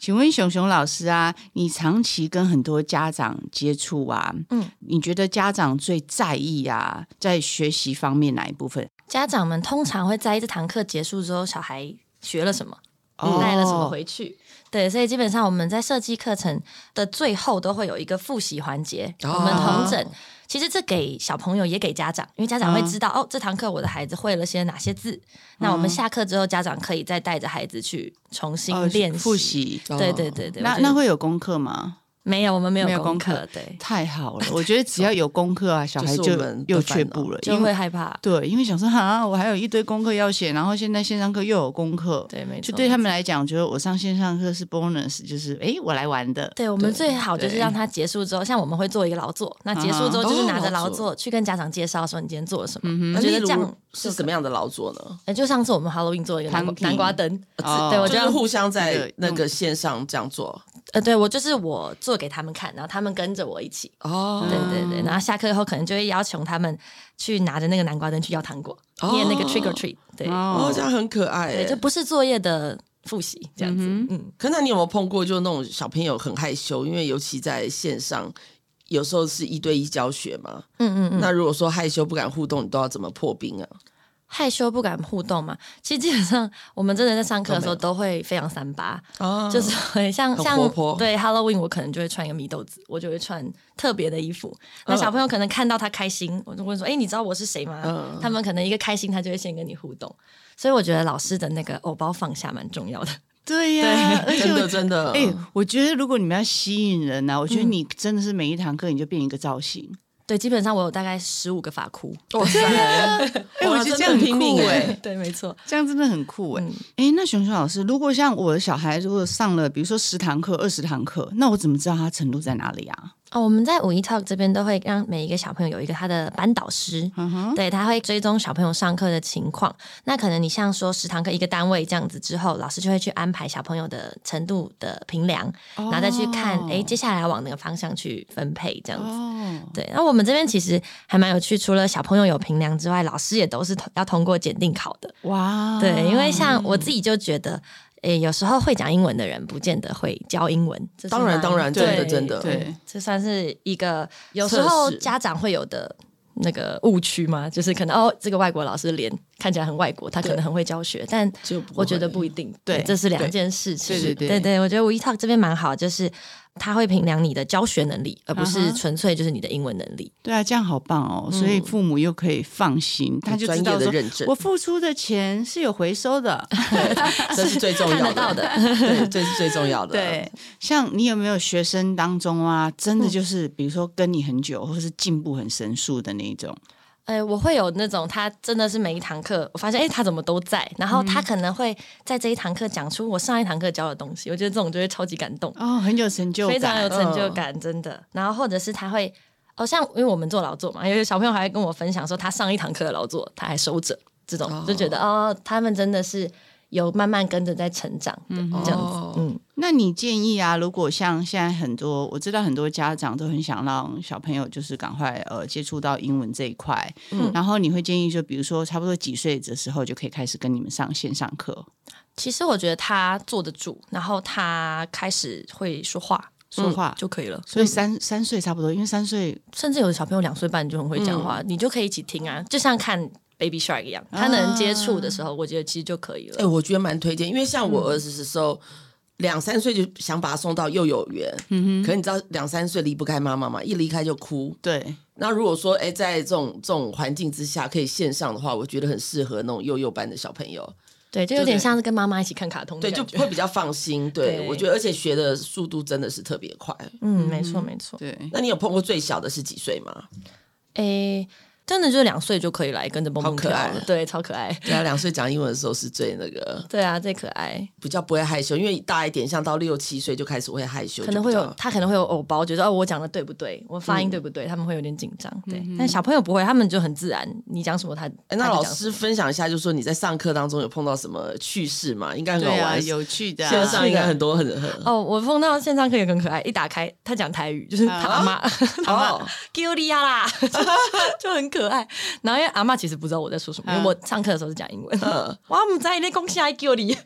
Speaker 3: 请问熊熊老师啊，你长期跟很多家长接触啊，嗯
Speaker 2: 嗯，
Speaker 3: 你觉得家长最在意啊，在学习方面哪一部分？
Speaker 2: 家长们通常会在意这堂课结束之后，小孩学了什么。
Speaker 3: 哦
Speaker 2: 带了什么回去。对，所以基本上我们在设计课程的最后都会有一个复习环节，
Speaker 1: 哦
Speaker 2: 我们同整。其实这给小朋友也给家长，因为家长会
Speaker 3: 嗯
Speaker 2: 知道、哦，这堂课我的孩子会了些哪些字。那我们下课之后，家长可以再带着孩子去重新
Speaker 3: 嗯哦
Speaker 2: 练习、
Speaker 3: 复。习？
Speaker 2: 对对对对，我
Speaker 3: 那
Speaker 2: 觉得
Speaker 3: 那会有功课吗？
Speaker 2: 没有，我们没
Speaker 3: 没有
Speaker 2: 有
Speaker 3: 功
Speaker 2: 功
Speaker 3: 课
Speaker 2: 课，对，
Speaker 3: 太好了，我觉得只要有功课啊，小孩
Speaker 1: 就是
Speaker 3: 就
Speaker 1: 我们的
Speaker 3: 又
Speaker 1: 烦
Speaker 3: 却步了，
Speaker 2: 就
Speaker 3: 因
Speaker 2: 会
Speaker 3: 为
Speaker 2: 害怕。
Speaker 3: 对，因为想说哈，我还有一堆功课要写，然后现在线上课又有功课，
Speaker 2: 对，没错。
Speaker 3: 就对他们来讲，觉得我上线上课是 bonus，就是诶，我来玩的。
Speaker 2: 对我们最好就是
Speaker 3: 对
Speaker 2: 让他结束之后，像我们会做一个劳作，那结束之后
Speaker 1: 嗯
Speaker 2: 就是拿
Speaker 1: 哦
Speaker 2: 着
Speaker 1: 劳
Speaker 2: 劳
Speaker 1: 作
Speaker 2: 作去跟家长介绍说你今天做了什么。
Speaker 1: 那
Speaker 2: 我觉
Speaker 1: 例
Speaker 2: 得
Speaker 1: 如
Speaker 2: 这样
Speaker 1: 是什么样的劳作呢？
Speaker 2: 呃，就上次我们 Halloween 做一个南瓜
Speaker 3: Pumpkin
Speaker 2: 南瓜灯，
Speaker 3: 哦
Speaker 2: 对我
Speaker 1: 就
Speaker 2: 觉
Speaker 1: 是
Speaker 2: 得
Speaker 1: 互相在
Speaker 3: 对
Speaker 1: 那个线上这样做
Speaker 2: 呃，对我就是我做给他们看，然后他们跟着我一起，
Speaker 1: 哦
Speaker 2: 对对对，然后下课以后可能就会邀请他们去拿着那个南瓜灯去要糖果，
Speaker 1: 哦
Speaker 2: 念那个 trick or treat，对
Speaker 1: 哦，
Speaker 3: 哦
Speaker 1: 这样很可爱
Speaker 2: 对，
Speaker 1: 欸
Speaker 2: 就。不是作业的复习这样子，嗯，
Speaker 1: 可那你有没有碰过，就那种小朋友很害羞，因为尤其在线上，有时候是一对一教学嘛。
Speaker 2: 嗯嗯嗯。
Speaker 1: 那如果说害羞不敢互动，你都要怎么破冰啊？
Speaker 2: 害羞不敢互动嘛，其实基本上我们真的在上课的时候
Speaker 1: 都
Speaker 2: 都会非常三八，
Speaker 1: 哦
Speaker 2: 就是会像
Speaker 1: 很
Speaker 2: 像
Speaker 1: 活泼
Speaker 2: 对 Halloween，我可能就会穿一个米豆子，我就会穿特别的衣服。那
Speaker 1: 嗯
Speaker 2: 小朋友可能看到他开心，我就问说：“哎、你知道我是谁吗？”
Speaker 1: 嗯
Speaker 2: 他们可能一个开心，他就会先跟你互动。所以我觉得老师的那个偶包放下蛮重要的。
Speaker 3: 对呀、而且
Speaker 1: 真
Speaker 3: 我
Speaker 1: 的真的，
Speaker 3: 哎、我觉得如果你们要吸引人啊呢、我
Speaker 2: 嗯
Speaker 3: 觉得你真的是每一堂课你就变一个造型。
Speaker 2: 对，基本上我有大概十五个法哭。
Speaker 1: 哇塞，
Speaker 3: 哎我觉得这样
Speaker 1: 很
Speaker 3: 很
Speaker 1: 拼命
Speaker 3: 酷哎
Speaker 1: 哎，
Speaker 2: 对，没 错。
Speaker 3: 这样真的很酷哎、
Speaker 2: 嗯
Speaker 3: 哎、那熊熊老师，如果像我的小孩，如果上了比如说十堂课、二十堂课，那我怎么知道他程度在哪里啊？
Speaker 2: 哦，我们在五一 Talk 这边都会让每一个小朋友有一个他的班导师，
Speaker 1: 嗯
Speaker 3: 嗯
Speaker 2: 对，他会追踪小朋友上课的情况。那可能你像说十堂课一个单位这样子之后，老师就会去安排小朋友的程度的评量，然后再去看，哎、
Speaker 1: 哦
Speaker 2: 接下来往哪个方向去分配这样子。
Speaker 3: 哦，
Speaker 2: 对，那我们这边其实还蛮有趣，除了小朋友有评量之外，老师也都是通要通过检定考的。
Speaker 3: 哇，
Speaker 2: 对，因为
Speaker 1: 哦
Speaker 2: 像我自己就觉得，诶、有时候会讲英文的人不见得会教英文。这是
Speaker 1: 当然
Speaker 2: 蛮
Speaker 1: 当然真
Speaker 3: 的
Speaker 2: 对
Speaker 1: 真的
Speaker 3: 对
Speaker 2: 这算是一个有
Speaker 1: 测
Speaker 2: 时候
Speaker 1: 试
Speaker 2: 家长会有的。那个误区嘛，就是可能哦，这个外国老师脸看起来很外国，他可能很会教学，但
Speaker 1: 就不
Speaker 2: 我觉得
Speaker 1: 会
Speaker 2: 不一定。
Speaker 3: 对
Speaker 2: 这是两
Speaker 3: 对
Speaker 2: 件事情。
Speaker 3: 对对对
Speaker 2: 对我 E 觉得 WeTalk 这边蛮好，就是他会评量你的教学能力，而不
Speaker 3: 啊
Speaker 2: 是
Speaker 3: 哈
Speaker 2: 纯粹就是你的英文能力。
Speaker 3: 对啊，这样好棒哦！所以父母又可以放心，他就知
Speaker 1: 专
Speaker 3: 道
Speaker 1: 业的
Speaker 3: 说，
Speaker 1: 认证
Speaker 3: 我，付出的钱是有回收的。
Speaker 1: 这是最重要
Speaker 2: 看得到的
Speaker 1: 对，这是最重要的。
Speaker 3: 对，像你有没有学生当中啊，真的就是比如说跟你很久，或是进步很神速的那一种？
Speaker 2: 哎、我会有那种他真的是每一堂课，我发现哎、他怎么都在，然后他可能会在这一堂课讲出我上一堂课教的东西，我觉得这种就会超级感动，
Speaker 3: 哦，很有成就
Speaker 2: 非
Speaker 3: 感，
Speaker 2: 常有成就感，真的。然后或者是他会。哦，像因为我们做劳作嘛，有些小朋友还会跟我分享说，他上一堂课的劳作他还收着，这种、就觉得哦，他们真的是有慢慢跟着在成长的、这样子。
Speaker 1: 哦
Speaker 2: 嗯，
Speaker 3: 那你建议啊，如果像现在很多，我知道很多家长都很想让小朋友就是赶快呃接触到英文这一块，
Speaker 2: 嗯
Speaker 3: 然后你会建议就比如说差不多几岁的时候就可以开始跟你们上线上课，
Speaker 2: 其实我觉得他坐得住，然后他开始会说话
Speaker 3: 说话
Speaker 2: 嗯就可以了。
Speaker 3: 所以三、三岁差不多，因为三岁
Speaker 2: 甚至有的小朋友两岁半就很会讲话，你就可以一起听啊，就像看 Baby Shark 一样，他能接触的时候，我觉得其实就可以
Speaker 1: 哎、
Speaker 2: 了。
Speaker 1: 我觉得蛮推荐，因为像我儿子的时候，两三岁就想把他送到幼幼园，嗯哼，可你知道两三岁离不开妈妈嘛，一离开就哭。
Speaker 3: 对
Speaker 1: 那如果说哎、在这种这种环境之下可以线上的话，我觉得很适合那种幼幼班的小朋友，
Speaker 2: 对，就有点像是跟妈妈一起看卡通的
Speaker 1: 对，就
Speaker 2: 感觉。
Speaker 1: 会比较放心。对
Speaker 2: 对
Speaker 1: 我觉得，而且学的速度真的是特别快。
Speaker 2: 嗯，没错没错。
Speaker 3: 对，
Speaker 1: 那你有碰过最小的是几岁 吗？
Speaker 2: 诶，真的就是两岁就可以来跟着蹦蹦
Speaker 1: 好可
Speaker 2: 跳
Speaker 1: 爱
Speaker 2: 了，对，超可 爱。
Speaker 1: 对啊，两岁讲英文的时候是最那个
Speaker 2: 对啊，最可爱，
Speaker 1: 比较不会害羞，因为大一点，像到六七岁就开始会害羞，
Speaker 2: 可能会
Speaker 1: 就
Speaker 2: 有
Speaker 1: 比较
Speaker 2: 他可能会有偶包，觉得哦，我讲的对不对，我发音对不
Speaker 1: 嗯
Speaker 2: 对，他们会有点紧张。对，但小朋友不会，他们就很自然，你讲什么他。
Speaker 1: 哎，嗯那
Speaker 2: 他就
Speaker 1: 老
Speaker 2: 讲什么
Speaker 1: 师分享一下，就是说你在上课当中有碰到什么趣事吗？应该很好
Speaker 3: 对啊，
Speaker 1: 玩，
Speaker 3: 有趣的、
Speaker 1: 线
Speaker 3: 啊，
Speaker 1: 上应该很多很很
Speaker 2: 哦，我碰到线上课也很可爱，一打开他讲台语，
Speaker 1: 啊
Speaker 2: 就是他阿妈，他阿
Speaker 1: 哦
Speaker 2: 妈 “Q 利亚啦”， 就很可爱。然后因为阿妈其实不知道我在说
Speaker 1: 啊
Speaker 2: 什么，因为我上课的时候是讲英文，哇，我们在那恭喜还 Q 利，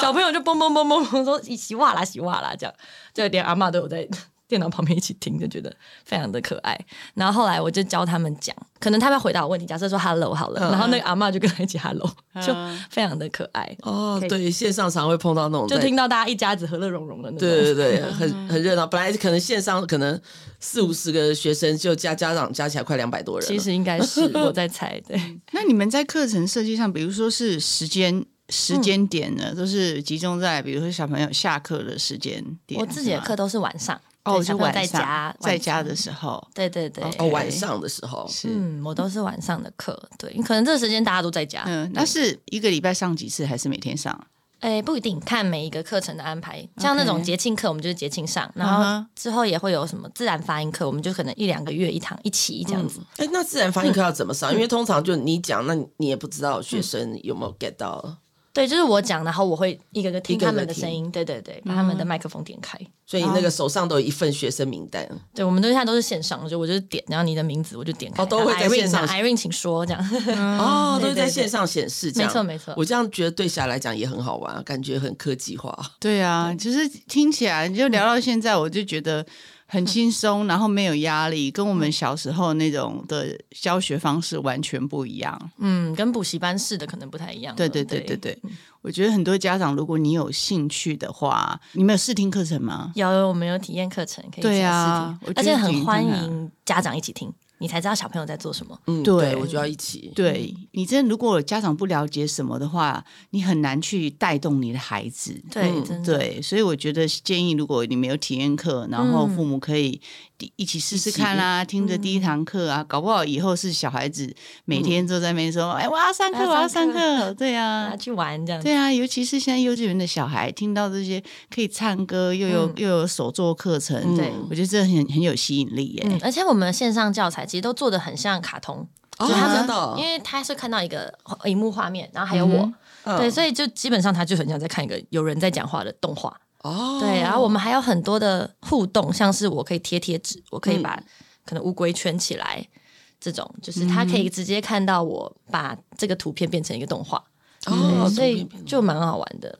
Speaker 2: 小朋友就蹦蹦蹦蹦蹦说“洗哇啦洗哇啦”这样，就连阿妈都有在电脑旁边一起听，就觉得非常的可爱。然后后来我就教他们讲，可能他们回答我问题，假设说 “hello” 好了，
Speaker 1: 啊
Speaker 2: 然后那个阿妈就跟他一起 “hello”，就非常的可爱。
Speaker 1: 哦
Speaker 2: 可，以
Speaker 1: 对，线上常会碰到那种
Speaker 2: 就
Speaker 1: 在
Speaker 2: 听到大家一家子和乐融融的那种，
Speaker 1: 对对对，
Speaker 2: 嗯
Speaker 1: 很很热闹。本来可能线上可能四五十个学生，就加家长加起来快两百多人了。
Speaker 2: 其实应该是我在猜，对，
Speaker 3: 那你们在课程设计上，比如说是时间时
Speaker 2: 嗯
Speaker 3: 间点呢，都是集中在比如说小朋友下课的时间点。
Speaker 2: 我自己的课
Speaker 3: 是吗
Speaker 2: 都是晚上，
Speaker 3: 哦，
Speaker 2: 对小朋
Speaker 3: 就
Speaker 2: 友
Speaker 3: 晚
Speaker 2: 在
Speaker 3: 上
Speaker 2: 家，
Speaker 3: 在家
Speaker 2: 晚上
Speaker 3: 的，时候
Speaker 2: 对对对，
Speaker 1: 哦，晚上的时候，
Speaker 3: 是。
Speaker 2: 嗯，我都是晚上的课，对，可能这个时间大家都在家，
Speaker 3: 嗯，那是一个礼拜上几次，还是每天上？
Speaker 2: 哎，不一定看每一个课程的安排，像那种节庆课，我们就是节庆上，然后
Speaker 3: 嗯
Speaker 2: 之后也会有什么自然发音课，我们就可能一两个月一堂一期这样子。
Speaker 1: 哎，那自然发音课要怎么上？
Speaker 2: 嗯
Speaker 1: 因为通常就你讲，那你也不知道学生有没有 get
Speaker 2: 嗯
Speaker 1: 到，
Speaker 2: 对，就是我讲，然后我会一个个听
Speaker 1: 一个个
Speaker 2: 他们的
Speaker 1: 听
Speaker 2: 声音，对对对，把他们的麦克风点开。
Speaker 1: 所以那
Speaker 2: 哦
Speaker 1: 个手上都有一份学生名单。
Speaker 2: 对，我们都现在都是线上，就我就是点，然后你的名字我就点开，
Speaker 1: 哦都会在线上
Speaker 2: i r e n 请说这样。
Speaker 1: 哦，都是
Speaker 2: 嗯对
Speaker 1: 在
Speaker 2: 对
Speaker 1: 线上显示，这
Speaker 2: 没
Speaker 1: 样
Speaker 2: 错没错
Speaker 1: 我这样觉得对霞来讲也很好玩，感觉很科技化。
Speaker 3: 对啊，就是听起来就聊到现在，我就觉得很轻松，然后没有压力，跟我们小时候那种的教学方式完全不一样。
Speaker 2: 嗯，跟补习班似的可能不太一样了。
Speaker 3: 对对对对对，我觉得很多家长，如果你有兴趣的话，你们有试听课程吗？
Speaker 2: 有有我们有体验课程可以一起来试
Speaker 3: 对
Speaker 2: 听，
Speaker 3: 啊我觉得
Speaker 2: 而且很
Speaker 3: 挺
Speaker 2: 欢
Speaker 3: 赞的
Speaker 2: 迎家长一起听，你才知道小朋友在做什么。
Speaker 1: 嗯，
Speaker 3: 对
Speaker 1: 我就要一起。
Speaker 3: 对你真的，如果家长不了解什么的话，你很难去带动你的孩子。
Speaker 2: 对，
Speaker 1: 嗯
Speaker 2: 真的。
Speaker 3: 对，所以我觉得建议，如果你没有体验课，然后
Speaker 2: 嗯
Speaker 3: 父母可以一一起试试看啦、听着第一堂课啊，搞不好以后是小孩子每天都在那边说：“哎，我要上课，我
Speaker 2: 我
Speaker 3: 要
Speaker 2: 嗯要
Speaker 3: 上
Speaker 2: 上
Speaker 3: 课。”对
Speaker 2: 大
Speaker 3: 啊
Speaker 2: 家，去玩这样子，
Speaker 3: 对啊，尤其是现在幼稚园的小孩，听到这些可以唱歌，又有、
Speaker 2: 嗯
Speaker 3: 又有手作课程，
Speaker 2: 对
Speaker 3: 我觉得这很很有吸引力耶。
Speaker 2: 嗯，而且我们线上教材其实都做的很像卡通，
Speaker 1: 哦，
Speaker 3: 啊
Speaker 2: 就
Speaker 1: 他
Speaker 2: 他
Speaker 1: 真
Speaker 2: 们
Speaker 1: 的哦
Speaker 2: 因，为他是看到一个荧幕画面，然后还有我，
Speaker 1: 嗯
Speaker 2: 对，所以就基本上他就很像在看一个有人在讲话的动画，
Speaker 1: 哦，
Speaker 2: 对，然后我们还有很多的互动，像是我可以贴贴纸，我可以把可能乌龟圈起来，这种就是他可以直接看到我把这个图片变成一个动画，
Speaker 1: 哦，
Speaker 2: 所以
Speaker 1: 图片
Speaker 2: 就蛮好玩的，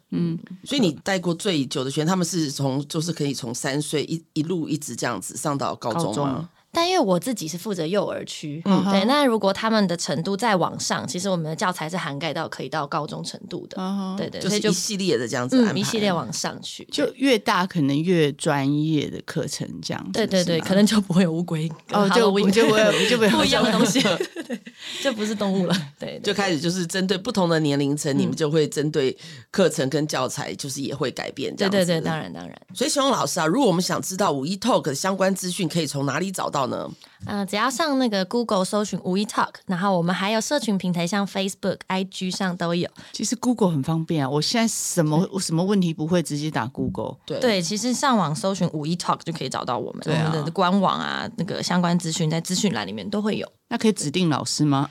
Speaker 1: 所以你带过最久的学员，他们是从就是可以从三岁一一路一直这样子上到高中
Speaker 3: 高中
Speaker 1: 吗？
Speaker 2: 但因为我自己是负责幼儿区，对，那如果他们的程度再往上，其实我们的教材是涵盖到可以到高中程度的，
Speaker 3: 啊哈
Speaker 2: 对对，
Speaker 1: 就是
Speaker 2: 所以就
Speaker 1: 一系列的这样子安排，
Speaker 2: 嗯一系列往上去，
Speaker 3: 就越大，可能越专业的课程这样子。
Speaker 2: 对对对，
Speaker 3: 是吗
Speaker 2: 可能就不会有乌龟跟
Speaker 3: 哦，就
Speaker 2: Halloween
Speaker 3: 就会 就会
Speaker 2: 不一样的东西，对，就不是动物了，对，对
Speaker 1: 就开始就是针对不同的年龄层，你
Speaker 2: 嗯
Speaker 1: 们就会针对课程跟教材，就是也会改变这
Speaker 2: 对
Speaker 1: 样子。
Speaker 2: 对对，当。然当然，
Speaker 1: 所以，熊老师啊，如果我们想知道五一 Talk 的相关资讯，可以从哪里找到呢？
Speaker 2: 呃，只要上那个 Google 搜寻无一 Talk，然后我们还有社群平台，像 Facebook、IG 上都有。
Speaker 3: 其实 Google 很方便啊，我现在什么我什么问题不会直接打 Google，
Speaker 1: 对
Speaker 2: 对，其实上网搜寻五一 Talk 就可以找到我们，
Speaker 3: 对啊
Speaker 2: 我们的官网啊，那个相关资讯在资讯栏里面都会有，
Speaker 3: 那可以指定老师吗？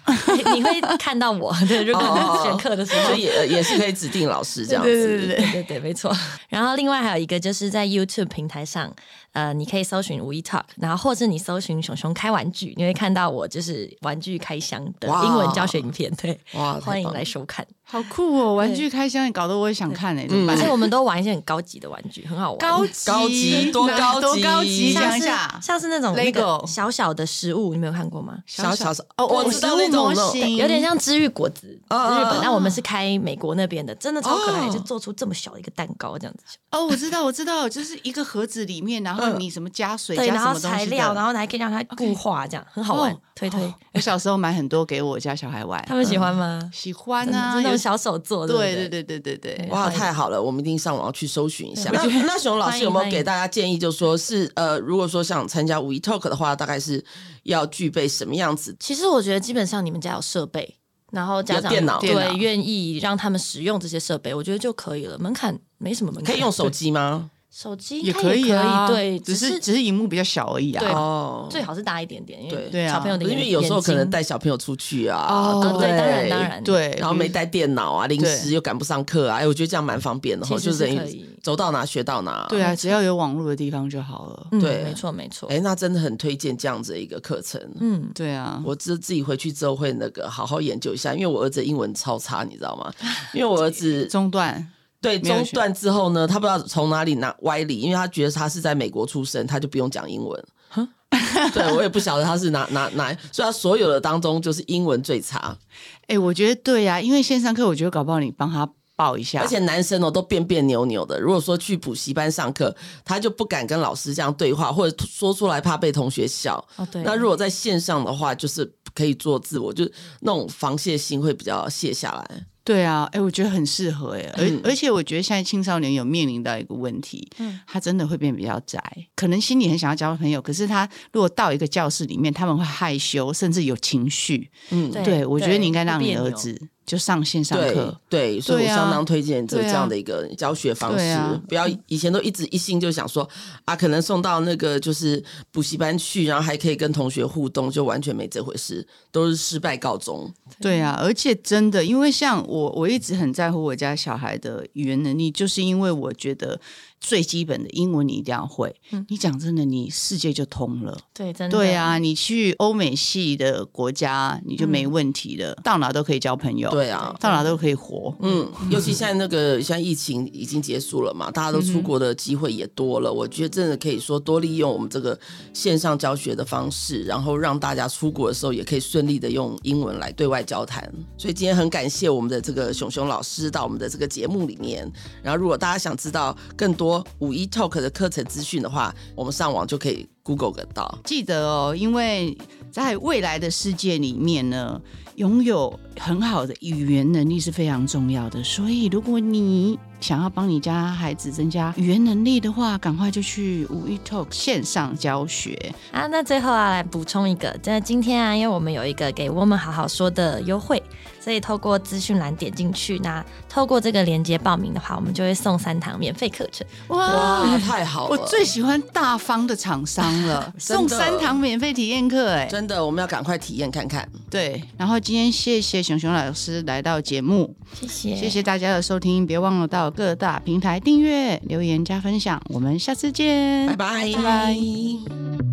Speaker 2: 你会看到我。 对，如果
Speaker 1: 哦
Speaker 2: 你选课的时候，
Speaker 1: 所以也也是可以指定老师这样子。
Speaker 2: 对对对，没错。然后另外还有一个就是在 YouTube 平台上，呃，你可以搜寻五一 Talk，然后或是你搜寻熊熊开玩具，你会看到我就是玩具开箱的
Speaker 1: 哇
Speaker 2: 英文教学影片，对，
Speaker 1: 哇太
Speaker 2: 欢迎
Speaker 1: 棒
Speaker 2: 来收看。
Speaker 3: 好酷哦，玩具开箱搞得我也想看哎、怎么
Speaker 2: 而
Speaker 3: 办？
Speaker 2: 且我们都玩一些很高级的玩具，很好玩。
Speaker 3: 高级
Speaker 1: 高级多高级
Speaker 3: 多高级，
Speaker 2: 像
Speaker 3: 讲
Speaker 2: 是
Speaker 3: 一下
Speaker 2: 像是那种那个
Speaker 3: Lego
Speaker 2: 小小的食物，你没有看过吗？
Speaker 1: 小小
Speaker 3: 小
Speaker 1: 哦，我
Speaker 3: 对
Speaker 1: 知道
Speaker 3: 食物
Speaker 1: 那种
Speaker 3: 模
Speaker 1: 那种
Speaker 3: 型
Speaker 2: 有点像治愈果子，日
Speaker 1: 哦
Speaker 2: 本。那我们是开美国那边的，真的超可爱，
Speaker 1: 哦
Speaker 2: 就做出这么小的一个蛋糕这样子。
Speaker 3: 哦，我知道，我知道，就是一个盒子里面，然
Speaker 1: 嗯
Speaker 3: 后你什么加水，
Speaker 2: 对，
Speaker 3: 加
Speaker 2: 然
Speaker 3: 什
Speaker 2: 后
Speaker 3: 么东
Speaker 2: 材
Speaker 3: 西的
Speaker 2: 料，然后还可以让它固化，这样很好玩
Speaker 3: 哦。
Speaker 2: 推推
Speaker 3: 哦，我小时候买很多给我家小孩玩，
Speaker 2: 他们喜欢吗？
Speaker 3: 喜欢
Speaker 2: 真的
Speaker 3: 啊，
Speaker 2: 是那
Speaker 3: 有
Speaker 2: 种小手做，不
Speaker 3: 对对
Speaker 2: 对。
Speaker 3: 对对对对。
Speaker 1: 哇，
Speaker 2: 欢迎
Speaker 1: 太好了，我们一定上网去搜寻一下。那那熊老师有没
Speaker 2: 欢
Speaker 1: 有
Speaker 2: 迎
Speaker 1: 给大家建议？就说是呃，如果说想参加五一 Talk 的话，大概是要具备什么样子？
Speaker 2: 其实我觉得基本上你们家有设备，然后家
Speaker 1: 有
Speaker 2: 长
Speaker 1: 电脑啊
Speaker 3: 电脑
Speaker 2: 对愿意让他们使用这些设备，我觉得就可以了，门槛没什么门槛。
Speaker 1: 可以用手机吗？
Speaker 2: 手机应
Speaker 3: 也
Speaker 2: 该也可
Speaker 3: 以啊，
Speaker 2: 对，
Speaker 3: 只
Speaker 2: 只
Speaker 3: 是
Speaker 2: 是
Speaker 3: 只是荧幕比较小而已啊。
Speaker 2: 对
Speaker 1: 哦，
Speaker 2: 最好是大一点点，因
Speaker 1: 对
Speaker 2: 为
Speaker 3: 对啊
Speaker 2: 小朋友的
Speaker 1: 因
Speaker 2: 眼
Speaker 1: 为有时候可能带
Speaker 2: 眼
Speaker 1: 小朋友出去啊，
Speaker 3: 哦
Speaker 1: 对不对？
Speaker 2: 睛啊对，当然当然，
Speaker 3: 对，
Speaker 1: 然后没带电脑啊，临时
Speaker 3: 对
Speaker 1: 又赶不上课啊，哎，我觉得这样蛮方便的哈，
Speaker 2: 其
Speaker 1: 就
Speaker 2: 实是
Speaker 1: 等
Speaker 2: 可
Speaker 1: 于
Speaker 2: 以
Speaker 1: 走到哪学到哪。
Speaker 3: 对，啊，只要有网络的地方就好了。
Speaker 2: 嗯，
Speaker 1: 对
Speaker 2: 没错没错，
Speaker 1: 哎，那真的很推荐这样子的一个课程。
Speaker 2: 嗯，
Speaker 3: 对啊，
Speaker 1: 我自自己回去之后会那个好好研究一下，因为我儿子英文超差，你知道 吗？因为我儿子
Speaker 3: 中断
Speaker 1: 对
Speaker 3: 没有
Speaker 1: 中
Speaker 3: 学
Speaker 1: 断之后呢，他不知道从哪里拿歪理，因为他觉得他是在美国出生，他就不用讲英文。对我也不晓得他是哪哪哪，所以他所有的当中就是英文最差，
Speaker 3: 哎、我觉得对呀、因为线上课，我觉得搞不好你帮他报一下，
Speaker 1: 而且男生哦都变变扭扭的。如果说去补习班上课，他就不敢跟老师这样对话，或者说出来怕被同学笑。
Speaker 2: 哦对，
Speaker 1: 那如果在线上的话，就是可以做自我，就是那种防泄心会比较卸下来。
Speaker 3: 对啊，哎、我觉得很适合哎、而、而且我觉得现在青少年有面临到一个问题，他真的会变比较宅，可能心里很想要交朋友，可是他如果到一个教室里面，他们会害羞，甚至有情绪。
Speaker 1: 嗯，
Speaker 2: 对
Speaker 3: 对，我觉得你应该
Speaker 2: 对
Speaker 3: 让你
Speaker 2: 别扭
Speaker 3: 儿子就上线上
Speaker 1: 对
Speaker 3: 课。
Speaker 1: 对，所以我
Speaker 3: 对啊
Speaker 1: 相当推荐这
Speaker 3: 对啊
Speaker 1: 这样的一个教学方
Speaker 3: 对
Speaker 1: 式
Speaker 3: 啊，
Speaker 1: 不要以前都一直一心就想说啊，可能送到那个就是补习班去，然后还可以跟同学互动，就完全没这回事，都是失败告终。
Speaker 3: 对啊，而且真的，因为像我，我一直很在乎我家小孩的语言能力，就是因为我觉得最基本的英文你一定要会。你讲真的，你世界就通了。
Speaker 2: 对，真的，
Speaker 3: 对啊，，你去欧美系的国家，你就没问题了，到哪都可以交朋友，
Speaker 1: 对啊，
Speaker 3: 到哪都可以活。
Speaker 1: 嗯，尤其现在那个现在疫情已经结束了嘛，大家都出国的机会也多了，我觉得真的可以说多利用我们这个线上教学的方式，然后让大家出国的时候也可以顺利的用英文来对外交谈。所以今天很感谢我们的这个熊熊老师到我们的这个节目里面。然后如果大家想知道更多五一 Talk 的课程资讯的话，我们上网就可以 Google 得到。
Speaker 3: 记得哦，因为在未来的世界里面呢，拥有很好的语言能力是非常重要的。所以，如果你想要帮你家孩子增加语言能力的话，赶快就去五一 Talk 线上教学。
Speaker 2: 啊，那最后啊，来补充一个，在今天啊，因为我们有一个给我们好好说的优惠，所以透过资讯栏点进去，那透过这个链接报名的话，我们就会送三堂免费课程。
Speaker 3: 哇！
Speaker 1: 哇，太好了！
Speaker 3: 我最喜欢大方的厂商了，
Speaker 1: 真的
Speaker 3: 送三堂免费体验课，哎，
Speaker 1: 真的，我们要赶快体验看看。
Speaker 3: 对。然后今天谢谢熊熊老师来到节目，
Speaker 2: 谢谢，
Speaker 3: 谢谢大家的收听，别忘了到各大平台订阅、留言加分享，我们下次见，
Speaker 1: 拜拜
Speaker 3: 拜拜